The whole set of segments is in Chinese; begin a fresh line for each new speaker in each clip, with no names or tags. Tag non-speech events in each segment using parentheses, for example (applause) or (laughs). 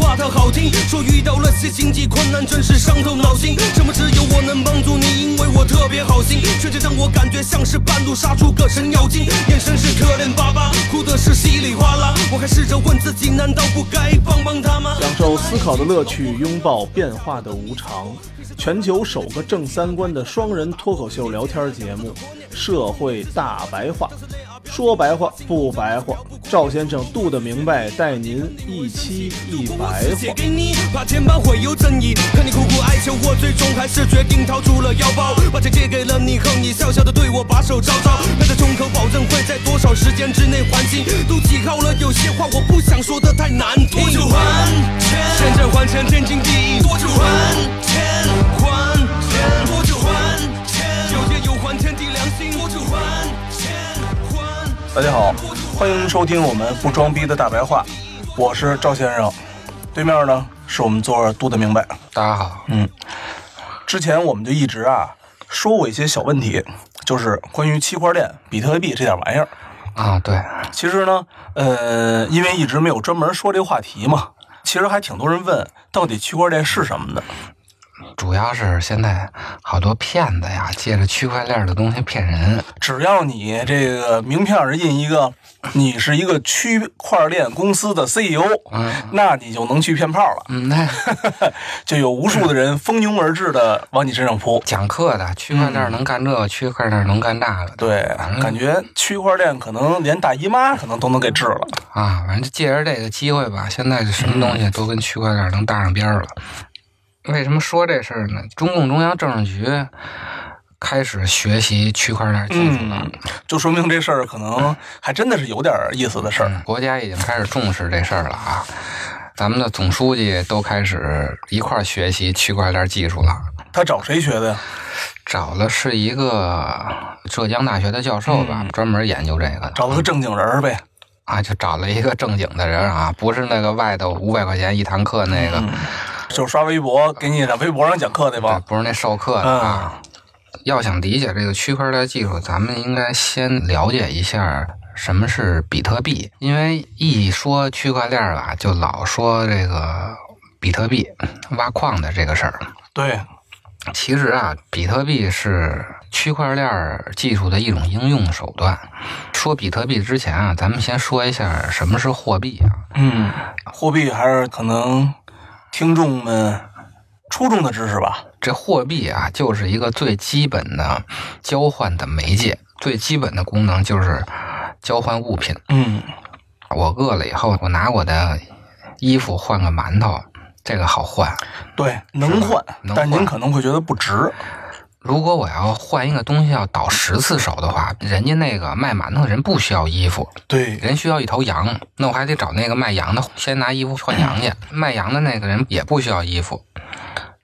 话它好听，说遇到了些经济困难，真是伤透脑筋。什么只有我能帮助你，因为我特别好心。却就让我感觉像是半路杀出个程咬金，眼神是可怜巴巴，哭的是稀里哗啦。我还试着问自己，难道不该帮帮他吗？
享受思考的乐趣，拥抱变化的无常。全球首个正三观的双人脱口秀聊天节目《社会大白话》，说白话不白话，赵先生度的明白，带您一期一白
我
话。
给你，怕钱包会有争议，可你苦苦哀求我，最终还是决定掏出了腰包，把钱借给了你后，你笑笑的对我把手招招，那着胸口保证会在多少时间之内还清，都起靠了，有些话我不想说的太难听。多久还钱？欠债还钱天经地义。多久还钱？还钱？多久还钱？有也有还天地良心。多久还钱？还。
大家好，欢迎收听我们不装逼的大白话，我是赵先生，对面呢是我们座儿嘟的明白。
大家好，
之前我们就一直啊说过一些小问题，就是关于区块链、比特币这点玩意儿。
啊，对，
其实呢，呃，因为一直没有专门说这个话题嘛，其实还挺多人问到底区块链是什么的。
主要是现在好多骗子呀，借着区块链的东西骗人。
只要你这个名片上印一个你是一个区块链公司的 CEO，那你就能去骗炮了。
嗯，那
(laughs) 就有无数的人蜂拥而至的往你身上扑。
讲课的区块链能干这个，区块链能干那个的
对，感觉区块链可能连大姨妈可能都能给治了。
啊，反正就借着这个机会吧，现在就什么东西都跟区块链能搭上边儿了。为什么说这事儿呢？中共中央政治局开始学习区块链技术了。
嗯，就说明这事儿可能还真的是有点意思的事儿。
嗯国家已经开始重视这事儿了啊！咱们的总书记都开始一块儿学习区块链技术了。
他找谁学的呀？
找的是一个浙江大学的教授吧，专门研究这个的。
找了个正经人儿呗。
啊，就找了一个正经的人啊，不是那个外头五百块钱一堂课那个，
就是刷微博，给你在微博上讲课那
对
帮。
不是那授课的啊。要想理解这个区块链技术，咱们应该先了解一下什么是比特币，因为一说区块链吧，就老说这个比特币挖矿的这个事儿。
对，
其实啊，比特币是区块链技术的一种应用手段。说比特币之前啊，咱们先说一下什么是货币啊。
嗯，货币还是可能听众们初中的知识吧。
这货币啊，就是一个最基本的交换的媒介，最基本的功能就是交换物品。
嗯，
我饿了以后，我拿我的衣服换个馒头，这个好换。
对，能换，
能
但您
换
可能会觉得不值。
如果我要换一个东西要倒十次手的话，人家那个卖馒头的人不需要衣服，
对，
人需要一头羊，那我还得找那个卖羊的，先拿衣服换羊去。卖羊的那个人也不需要衣服，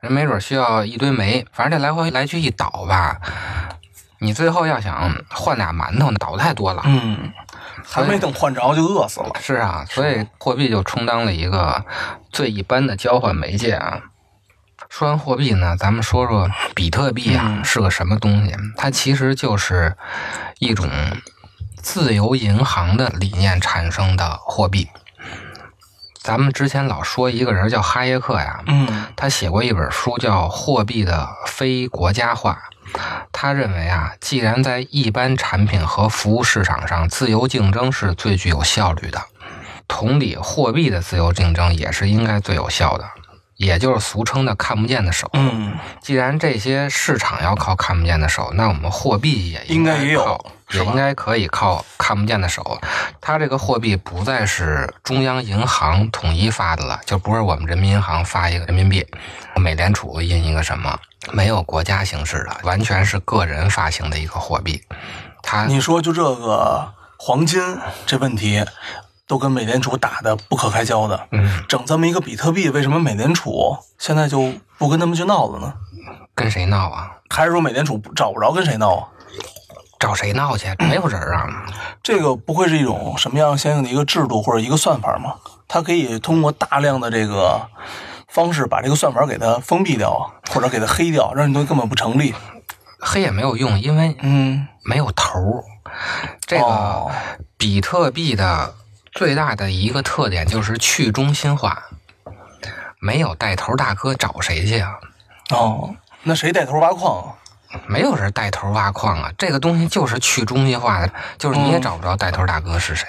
人没准需要一堆煤，反正这来回来去一倒吧，你最后要想换俩馒头，倒太多了。
嗯，还没等换着就饿死了。
是啊，所以货币就充当了一个最一般的交换媒介啊。说完货币呢，咱们说说比特币啊、
嗯
是个什么东西？它其实就是一种自由银行的理念产生的货币。咱们之前老说一个人叫哈耶克呀，
嗯
他写过一本书叫《货币的非国家化》。他认为啊，既然在一般产品和服务市场上自由竞争是最具有效率的，同理，货币的自由竞争也是应该最有效的，也就是俗称的看不见的手。
嗯，
既然这些市场要靠看不见的手，那我们货币也
应该也有
靠
是
也
吧
应该可以靠看不见的手。它这个货币不再是中央银行统一发的了，就不是我们人民银行发一个人民币，美联储印一个什么，没有国家形式的，完全是个人发行的一个货币。它
你说就这个黄金这问题，都跟美联储打的不可开交的。
嗯，
整这么一个比特币，为什么美联储现在就不跟他们去闹了呢？
跟谁闹啊？
还是说美联储找不着跟谁闹啊？
找谁闹去？没有人啊！
这个不会是一种什么样相应的一个制度或者一个算法吗？它可以通过大量的这个方式把这个算法给它封闭掉啊，或者给它黑掉，让这东西根本不成立。
黑也没有用，因为
嗯，
没有头儿。这个、
哦
比特币的最大的一个特点就是去中心化，没有带头大哥找谁去啊？
哦，那谁带头挖矿啊？
没有人带头挖矿啊，这个东西就是去中心化的，就是你也找不着带头大哥是谁。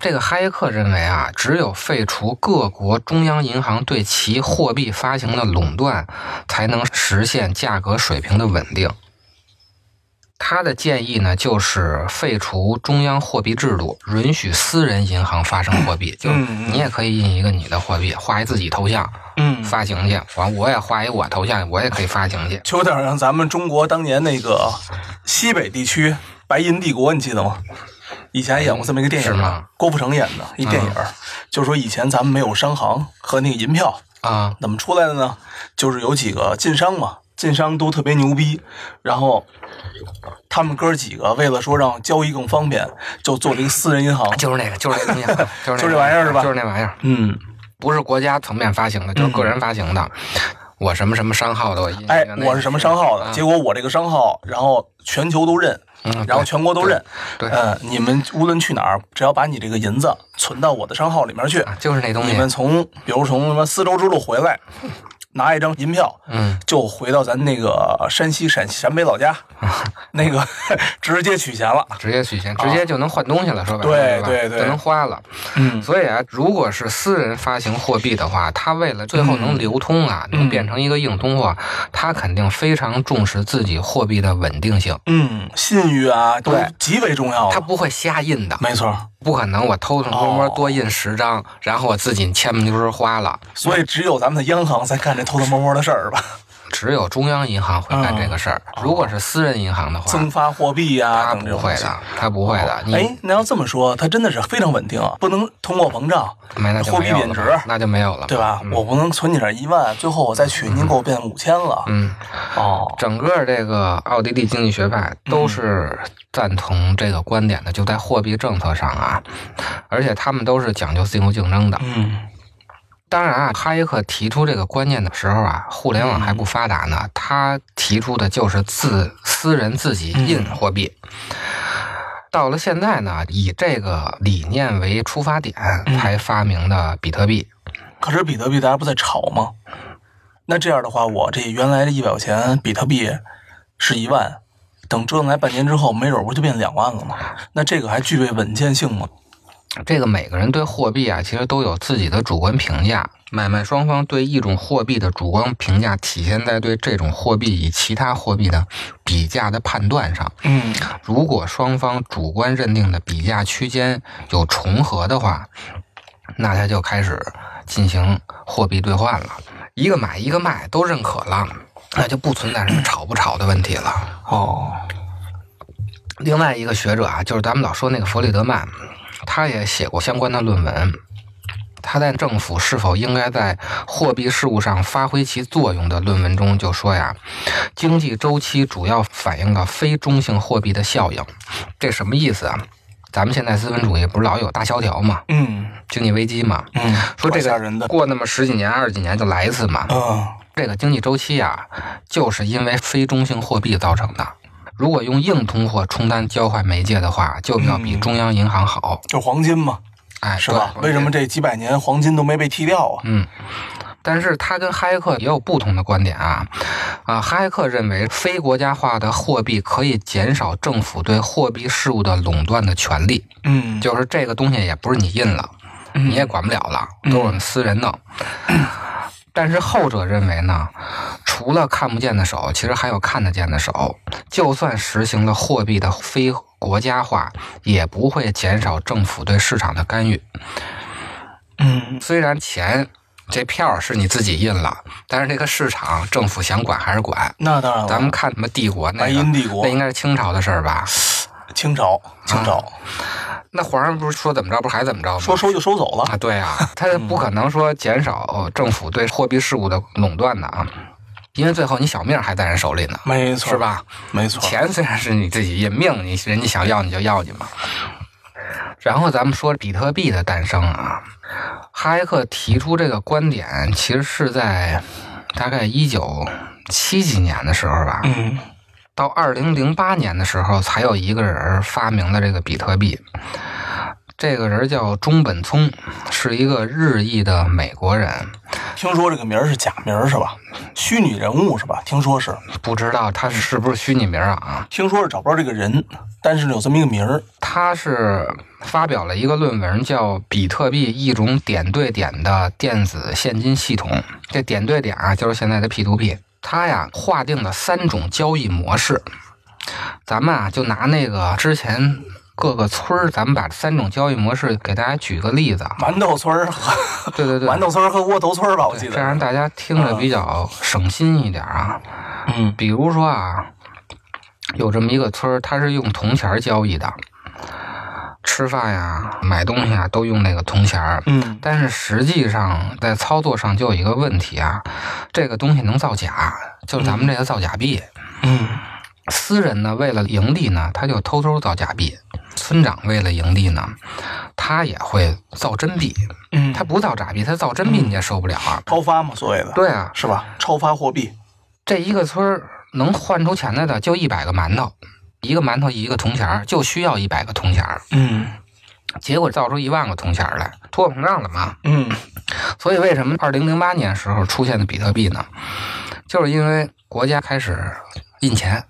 这个哈耶克认为啊，只有废除各国中央银行对其货币发行的垄断，才能实现价格水平的稳定。他的建议呢，就是废除中央货币制度，允许私人银行发行货币，就是你也可以印一个你的货币，画一自己头像
嗯，
发行去，完我也画一我头像，我也可以发行去。
就有点像咱们中国当年那个西北地区白银帝国，你记得吗？以前演过这么一个电
是
影
吗，嗯
郭富城演的一电影，就说以前咱们没有商行和那个银票，
啊，
怎么出来的呢？就是有几个晋商嘛，晋商都特别牛逼，然后他们哥几个为了说让交易更方便，就做了一个私人银行。
(laughs) 啊就是那个，就是那东西，
(laughs)
就是那
就这玩意儿是吧
就是那玩意儿，
嗯，
不是国家层面发行的，就是个人发行的。我什么什么商号的，我印一
嗯
个
哎
那，个
我是什么商号的？
啊
结果我这个商号，然后全球都认，
嗯
然后全国都认。
对对
呃，你们无论去哪儿，只要把你这个银子存到我的商号里面去，
啊就是那东
你们
西，
从比如从什么丝绸之路回来，
(laughs)
拿一张银票，
嗯，
就回到咱那个山西陕陕北老家，
啊
(laughs) 那个直接取钱了。
直接取钱，直接就能换东西了，说白了，
对
是吧
对对
就能花了。
嗯
所以啊，如果是私人发行货币的话，它为了最后
嗯
能流通啊，能变成一个硬通货，它肯定非常重视自己货币的稳定性，
嗯，信誉啊，都
对
极为重要了。
它不会瞎印的，
没错，
不可能我偷偷摸摸
哦
多印十张，然后我自己千不就是花了。
所以只有咱们的央行才干这偷偷摸摸的事儿吧？
只有中央银行会干这个事儿。如果是私人银行的
哦 (laughs)
话，
增发货币呀、
他
等这
不
种
会
东西。
的，他不会的。你
哎，那要这么说，它真的是非常稳定啊，不能通货膨胀，
没那就
货
没
币
有
贬
了
值
吧，，那就没有了嘛，
对吧？我不能存你这儿一万，最后我再取您给我变五千了。
嗯，
哦，
整个这个奥地利经济学派都是赞同这个观点的，就在货币政策上啊，而且他们都是讲究自由竞争的。
嗯
当然啊，哈耶克提出这个观念的时候啊，互联网还不发达呢，他提出的就是自私人自己印货币。到了现在呢，以这个理念为出发点，才发明的比特币。
可是比特币大家不在炒吗？那这样的话，我这原来的一百块钱比特币是一万，等折腾来半年之后，没准儿不就变两万了吗？那这个还具备稳健性吗？
这个每个人对货币啊，其实都有自己的主观评价。买卖双方对一种货币的主观评价，体现在对这种货币与其他货币的比价的判断上。
嗯，
如果双方主观认定的比价区间有重合的话，那他就开始进行货币兑换了，一个买一个卖都认可了，那就不存在什么炒不炒的问题了。
哦，
另外一个学者啊，就是咱们老说那个弗里德曼，他也写过相关的论文。他在《政府是否应该在货币事务上发挥其作用》的论文中就说呀，经济周期主要反映了非中性货币的效应。这什么意思啊？咱们现在资本主义不是老有大萧条嘛，
嗯
经济危机嘛，
嗯，
说
多
这
吓
个
人的，
过那么十几年、二十几年就来一次嘛。
嗯
这个经济周期啊，就是因为非中性货币造成的。如果用硬通货充当交换媒介的话，就要比中央银行好，
就是黄金嘛，
哎，
嗯是吧？
对
为什么？这几百年黄金都没被踢掉啊？
嗯，但是他跟哈耶克也有不同的观点啊。啊，哈耶克认为非国家化的货币可以减少政府对货币事务的垄断的权利。
嗯，
就是这个东西也不是你印了，你也管不了了，
嗯
都是我们私人弄。但是后者认为呢，除了看不见的手，其实还有看得见的手。就算实行了货币的非国家化，也不会减少政府对市场的干预。
嗯，
虽然钱这票是你自己印了，但是这个市场政府想管还是管。
那当然了，
咱们看什么帝国那
白
个
银，帝国
那应、该是清朝的事儿吧？
清朝、清朝、
嗯那皇上不是说怎么着，不是还怎么着吗？
说收就收走了，
啊，对啊， (laughs) 他不可能说减少政府对货币事务的垄断的啊，因为最后你小命还在人手里呢，
没错，
是？吧？
没错，
钱虽然是你自己印，命你人家想要你就要你嘛。然后咱们说比特币的诞生啊，哈耶克提出这个观点，其实是在大概一九七几年的时候吧，
嗯
到二零零八年的时候，才有一个人发明了这个比特币。这个人叫中本聪，是一个日裔的美国人，
听说这个名儿是假名儿是吧？虚拟人物是吧？听说是，
不知道他是不是虚拟名儿啊？
听说是找不着这个人，但是有这么一个名儿。
他是发表了一个论文，叫《比特币一种点对点的电子现金系统》。这点对点啊，就是现在的 P2P。他呀划定了三种交易模式，咱们啊就拿那个之前各个村儿，咱们把三种交易模式给大家举个例子啊。
豌豆村儿和
(laughs) 对对对，
豌豆村儿和窝头村儿吧，我记
对啊
得。
这样大家听着比较省心一点啊。
嗯，
比如说啊，有这么一个村儿，它是用铜钱儿交易的，吃饭呀、买东西啊都用那个铜钱儿。
嗯，
但是实际上在操作上就有一个问题啊，这个东西能造假，就是咱们这个造假币。
嗯，
私人呢，为了盈利呢，他就偷偷造假币；村长为了盈利呢，他也会造真币。
嗯
他不造假币，他造真币你也受不了啊。
超发嘛，所谓的，
对啊，
是吧？超发货币，
这一个村儿能换出钱来的就一百个馒头，一个馒头一个铜钱儿，就需要一百个铜钱儿。
嗯
结果造出一万个铜钱儿来，通货膨胀了嘛？
嗯
所以为什么二零零八年时候出现的比特币呢？就是因为国家开始印钱，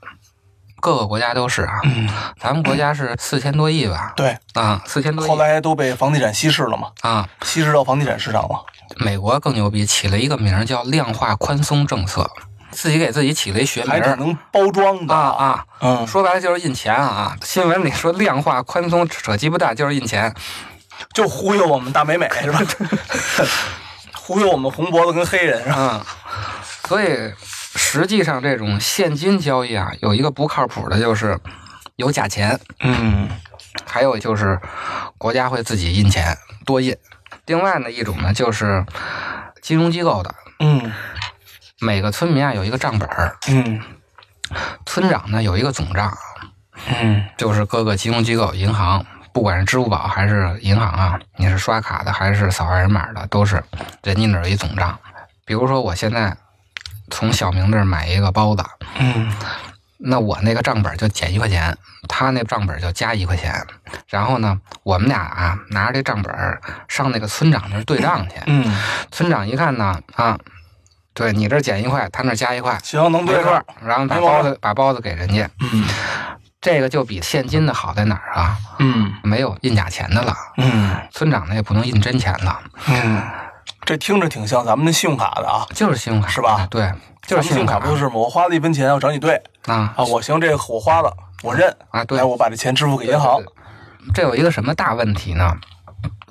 各个国家都是啊。
嗯，
咱们国家是四千多亿吧？
对，
啊，四千多
后
亿
来都被房地产稀释了嘛，
啊！
稀释到房地产市场了。
美国更牛逼，起了一个名儿叫量化宽松政策，自己给自己起了一学名
还挺
儿
能包装的
啊。啊！
嗯，
说白了就是印钱啊！新闻里说量化宽松扯鸡巴蛋就是印钱，
就忽悠我们大美美是吧？
(laughs)
忽悠我们红脖子跟黑人是吧？
嗯，所以实际上这种现金交易啊，有一个不靠谱的就是有假钱，
嗯
还有就是国家会自己印钱多印。另外呢一种呢就是金融机构的，
嗯
每个村民啊有一个账本儿，
嗯
村长呢有一个总账，
嗯
就是各个金融机构、银行，不管是支付宝还是银行啊，你是刷卡的还是扫二维码的，都是人家那儿有一总账。比如说我现在从小明这儿买一个包子，
嗯
那我那个账本就减一块钱，他那账本就加一块钱。然后呢，我们俩啊拿着这账本儿上那个村长那儿对账去。
嗯，
村长一看呢，啊，对你这儿减一块，他那儿加一块，
行，能
没
对
错
上
儿。，然后把
没毛
包
病
子把包子给人家，
嗯
这个就比现金的好在哪儿啊？
嗯
没有印假钱的了，
嗯
村长呢也不能印真钱了，
嗯，这听着挺像咱们那信用卡的啊。
就是信用卡
是吧
对，
咱
就是
们信用卡
卡
不就是吗？我花了一分钱，我找你对
啊
啊，我行，这个我花了，我认
啊对
哎我把这钱支付给银行
对。对对这有一个什么大问题呢？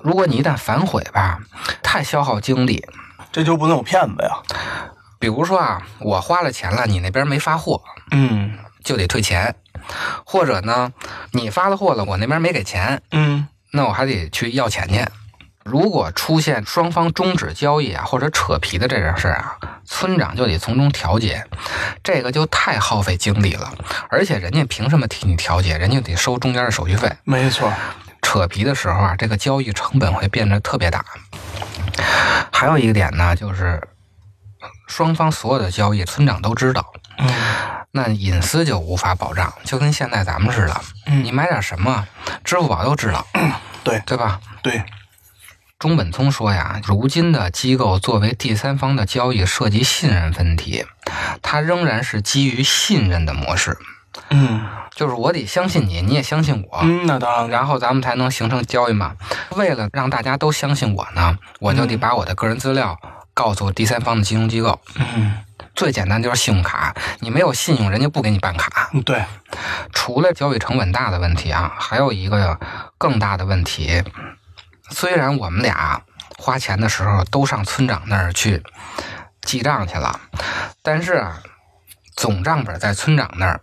如果你一旦反悔吧，太消耗精力。
这就不能有骗子呀。
比如说啊，我花了钱了，你那边没发货，
嗯
就得退钱；或者呢，你发了货了，我那边没给钱，
嗯
那我还得去要钱去。如果出现双方终止交易啊，或者扯皮的这种事儿啊，村长就得从中调解，这个就太耗费精力了。而且人家凭什么替你调解？人家得收中间的手续费。
没错。
扯皮的时候啊，这个交易成本会变得特别大。还有一个点呢，就是双方所有的交易，村长都知道，
嗯
那隐私就无法保障，就跟现在咱们似的，
嗯
你买点什么，支付宝都知道，
对
对吧？
对，
中本聪说呀，如今的机构作为第三方的交易涉及信任问题，它仍然是基于信任的模式，
嗯
就是我得相信你，你也相信我，
嗯，那当然。
然后咱们才能形成交易嘛。为了让大家都相信我呢，我就得把我的个人资料告诉第三方的金融机构。
嗯
最简单就是信用卡，你没有信用，人家不给你办卡。
嗯，对，
除了交易成本大的问题啊，还有一个更大的问题。虽然我们俩花钱的时候都上村长那儿去记账去了，但是啊，总账本在村长那儿。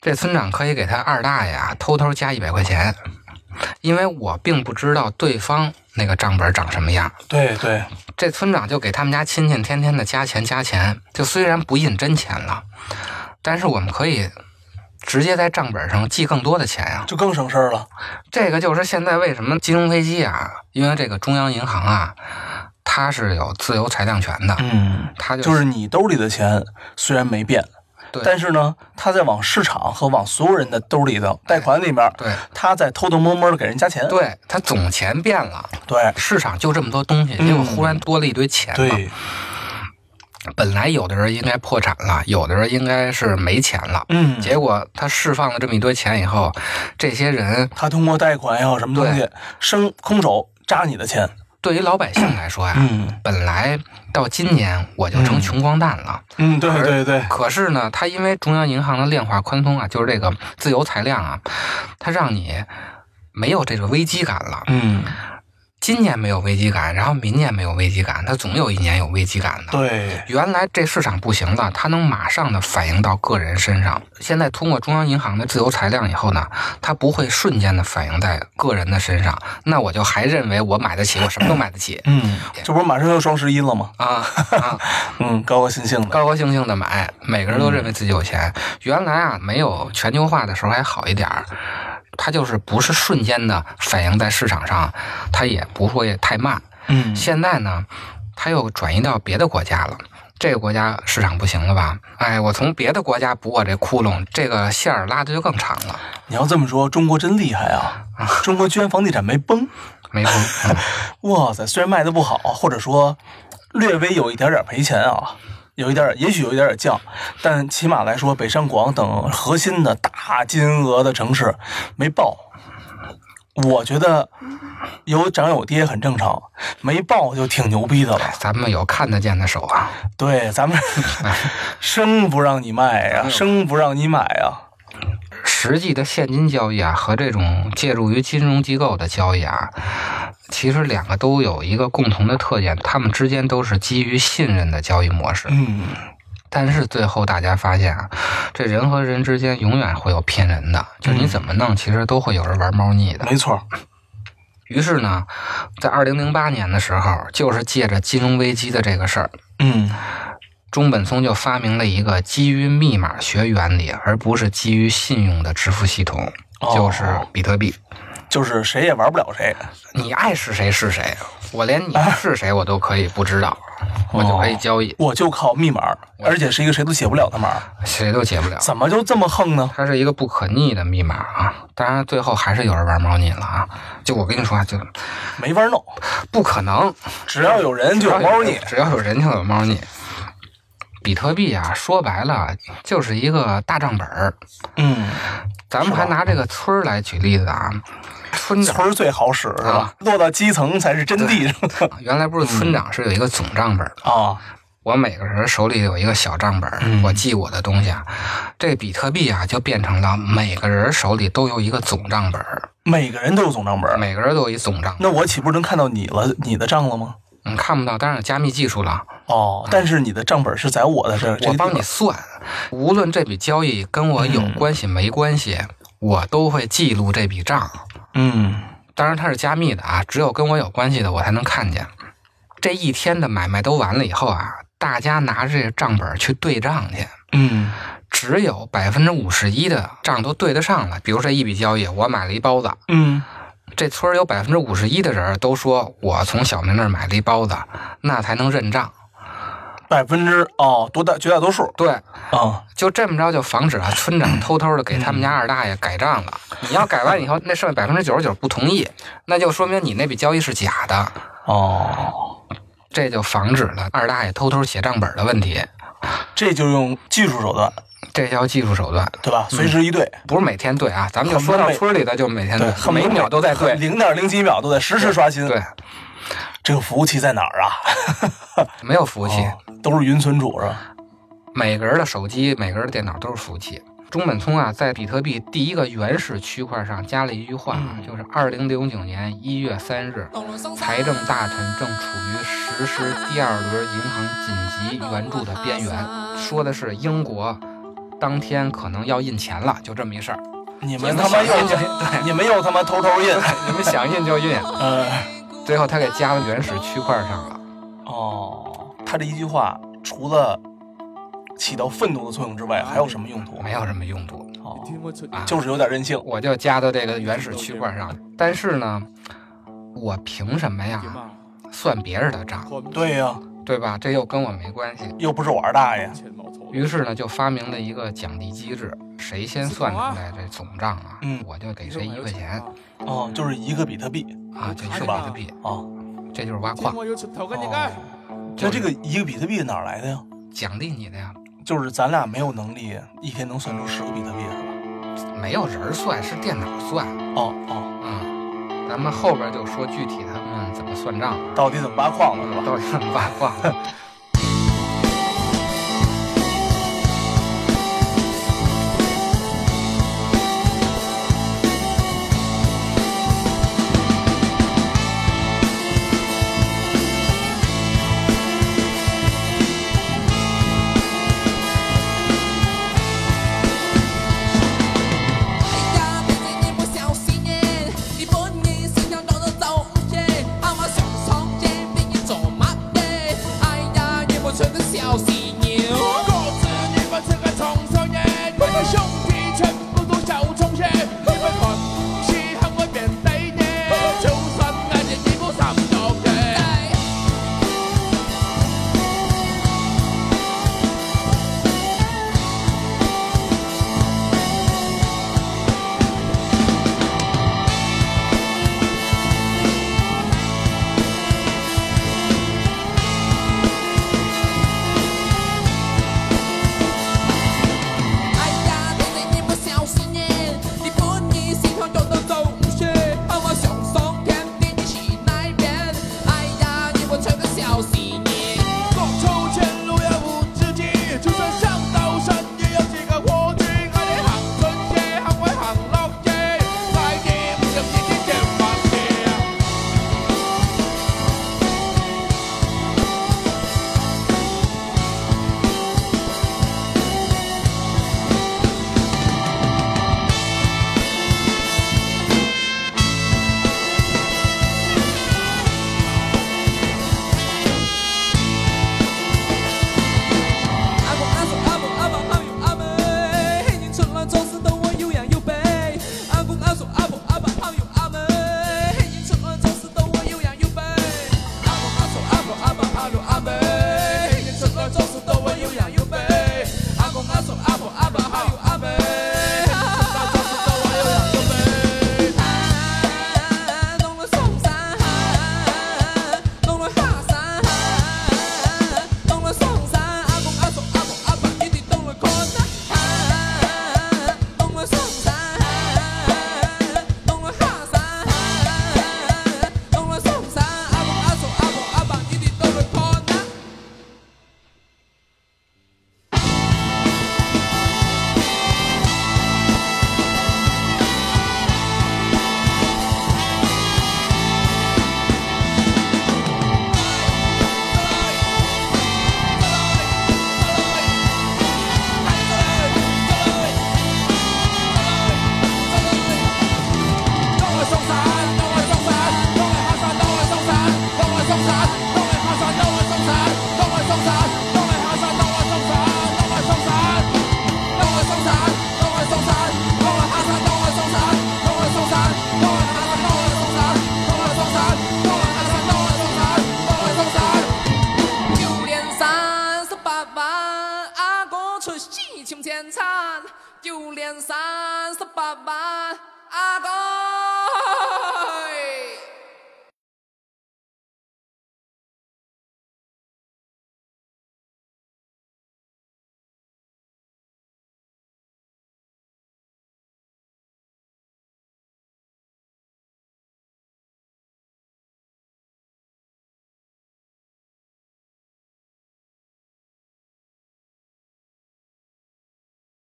这村长可以给他二大爷啊偷偷加一百块钱，因为我并不知道对方那个账本长什么样。
对对，
这村长就给他们家亲戚天天的加钱加钱，就虽然不印真钱了，但是我们可以直接在账本上记更多的钱呀、
就更省事儿了。
这个就是现在为什么金融危机啊，因为这个中央银行啊，它是有自由裁量权的，
嗯。
它就
就是你兜里的钱虽然没变，
对
但是呢，他在往市场和往所有人的兜里头贷款里面，
对
他在偷偷摸摸的给人加钱。
对，它总钱变了，
对
市场就这么多东西，结果忽然多了一堆钱嘛。
嗯对
本来有的人应该破产了，有的人应该是没钱了，
嗯
结果他释放了这么一堆钱以后，这些人
他通过贷款也好，什么东西
对，
生空手扎你的钱。
对于老百姓来说呀，
嗯
本来到今年我就成穷光蛋了，
嗯，对对对，
可是呢，它因为中央银行的量化宽松啊，就是这个自由裁量啊，它让你没有这个危机感了。
嗯
今年没有危机感，然后明年没有危机感，它总有一年有危机感的。
对，
原来这市场不行了，它能马上的反映到个人身上。现在通过中央银行的自由裁量以后呢，它不会瞬间的反映在个人的身上。那我就还认为我买得起，我什么都买得起
嗯，这不是马上要双十一了吗？
啊啊，
嗯，高高兴兴的。
高高兴兴的买，每个人都认为自己有钱。原来啊，没有全球化的时候还好一点儿。它就是不是瞬间的反映在市场上，它也不会太慢。
嗯
现在呢，它又转移到别的国家了。这个国家市场不行了吧？哎，我从别的国家补我这窟窿，这个线儿拉的就更长了。
你要这么说，中国真厉害啊！中国居然房地产没崩，
没错，嗯
哇塞！虽然卖的不好，或者说略微有一点点赔钱啊，有一点点，也许有一点点降，但起码来说，北上广等核心的大金额的城市没爆。我觉得有涨有跌很正常，没爆就挺牛逼的了。
咱们有看得见的手啊。
对，咱们 (laughs) 生不让你卖呀、生不让你买呀、
实际的现金交易啊和这种借助于金融机构的交易啊，其实两个都有一个共同的特点，它们之间都是基于信任的交易模式。
嗯，
但是最后大家发现啊，这人和人之间永远会有骗人的，就
嗯
是你怎么弄，其实都会有人玩猫腻的。
没错儿。
于是呢，在二零零八年的时候，就是借着金融危机的这个事儿，
嗯
中本聪就发明了一个基于密码学原理，而不是基于信用的支付系统，
哦
就是比特币。
就是谁也玩不了谁。
你爱是谁是谁，我连
啊
你是谁我都可以不知道，我就
哦
可以交易，
我就靠密码，而且是一个谁都写不了的码，
谁都解不了。
怎么就这么横呢？
它是一个不可逆的密码啊！当然，最后还是有人玩猫腻了啊！就我跟你说啊，就
没法弄，
不可能，
只要有人就
只
有
要
猫腻。
只要有人就有猫腻。比特币啊，说白了就是一个大账本儿。
嗯，
咱们还拿这个村儿来举例子啊，村长
村儿最好使是吧？落到基层才是真谛是吧
原来不是
嗯
村长是有一个总账本儿的，
啊。
我每个人手里有一个小账本儿，
嗯
我记我的东西啊。这比特币啊，就变成了每个人手里都有一个总账本儿，
每个人都有总账本儿，
每个人都有一总账本儿，
那我岂不是能看到你了？你的账了吗？
你看不到，当然有加密技术了。
哦，但是你的账本儿是在我的这儿，这个
我
地
帮你
方
算，无论这笔交易跟我有关系没关系，我都会记录这笔账。
嗯，
当然它是加密的啊，只有跟我有关系的我才能看见。这一天的买卖都完了以后啊，大家拿着这个账本去对账去，
嗯，
只有百分之五十一的账都对得上了。比如这一笔交易，我买了一包子，
嗯，
这村儿有百分之五十一的人都说我从小明那儿买了一包子，那才能认账。
百分之哦，多大绝大多数
对，
啊，
就这么着就防止啊村长偷偷的给他们家二大爷改账了。你要改完以后，那剩下百分之九十九不同意，那就说明你那笔交易是假的，
哦，
这就防止了二大爷偷偷写账本的问题。
这就用技术手段，
这叫技术手段，
对吧？随时一对，
不是每天对啊，咱们就说到村里的就每天
对，
对，每秒都在对，
零点零几秒都在实时刷新。
对，
这个服务器在哪儿啊？哦
没有服务器，
都是云存储是吧？
每个人的手机、每个人的电脑都是服务器。中本聪啊，在比特币第一个原始区块上加了一句话，啊，就是二零零九年一月三日，财政大臣正处于实施第二轮银行紧急援助的边缘，说的是英国当天可能要印钱了，就这么一事儿。 (laughs)
你
你
们他
们
妈
想
又
印就印，对，
你们又他妈偷偷印，
你们想印就印。嗯
呃，
最后他给加到原始区块上了。
(laughs) 哦，他这一句话除了起到愤怒的作用之外，还有什么用途？
没有什么用途，
哦，
啊
就是有点任性。
我就加到这个原始区块上。
嗯
但是呢，我凭什么呀算别人的账？
对
对呀、
对吧？这又跟我没关系。
又不是我二大爷，
于是呢，就发明了一个奖励机制，谁先算出来这总账啊，
嗯
我就给谁一块钱
哦，就是一个比特币
啊，这一
是
个
吧
比特币，
哦。
这就是挖矿，
哦，那
就是
这个一个比特币哪儿来的呀？
奖励你的呀，
就是咱俩没有能力，一天能算出十个比特币是吧？
没有人算，是电脑算
哦哦，
啊。咱们后边就说具体他们怎么算账了，
到底怎么挖矿了是吧？
到底怎么挖矿。啊
哎呀，别在一不小心耶，你把你身上装的走耶，俺们上上街被你做麻耶，哎呀，你不穿个小犀牛，
我知你们这个冲少爷，你们兄弟全部都小冲些，你们群是向我面对呢，就算爱情已不三六嘅。
哎，哎呀，别在一不小心耶，你把你身上装的走耶，俺们上上街被你洗奶耶，哎呀，你不穿个小犀牛。
莫愁前路遥无知己，就算上刀山也有几个伙计。我哋行顺些，行威行落嘅，快啲唔想自己嘅发嘅。
阿公阿叔阿伯阿爸阿妹阿妹，黑人出来做事都我有样有备。阿公阿叔阿伯阿爸阿妹阿妹，黑人出来做事都我有样有备。阿公阿叔阿伯阿爸阿妹阿妹，黑人出来做事都我有样有备。阿公阿叔阿伯阿爸阿妹阿妹，黑人出来做事都我有样有备。啊，弄来松山，弄来哈山，弄来松山，阿公阿叔阿婆阿伯一定弄来看呐，弄来松山，弄来哈山，弄来松山，阿公阿叔阿婆阿伯一定弄来看呐。九连三十八弯，阿哥出西穷千餐。九连三十八弯，阿哥。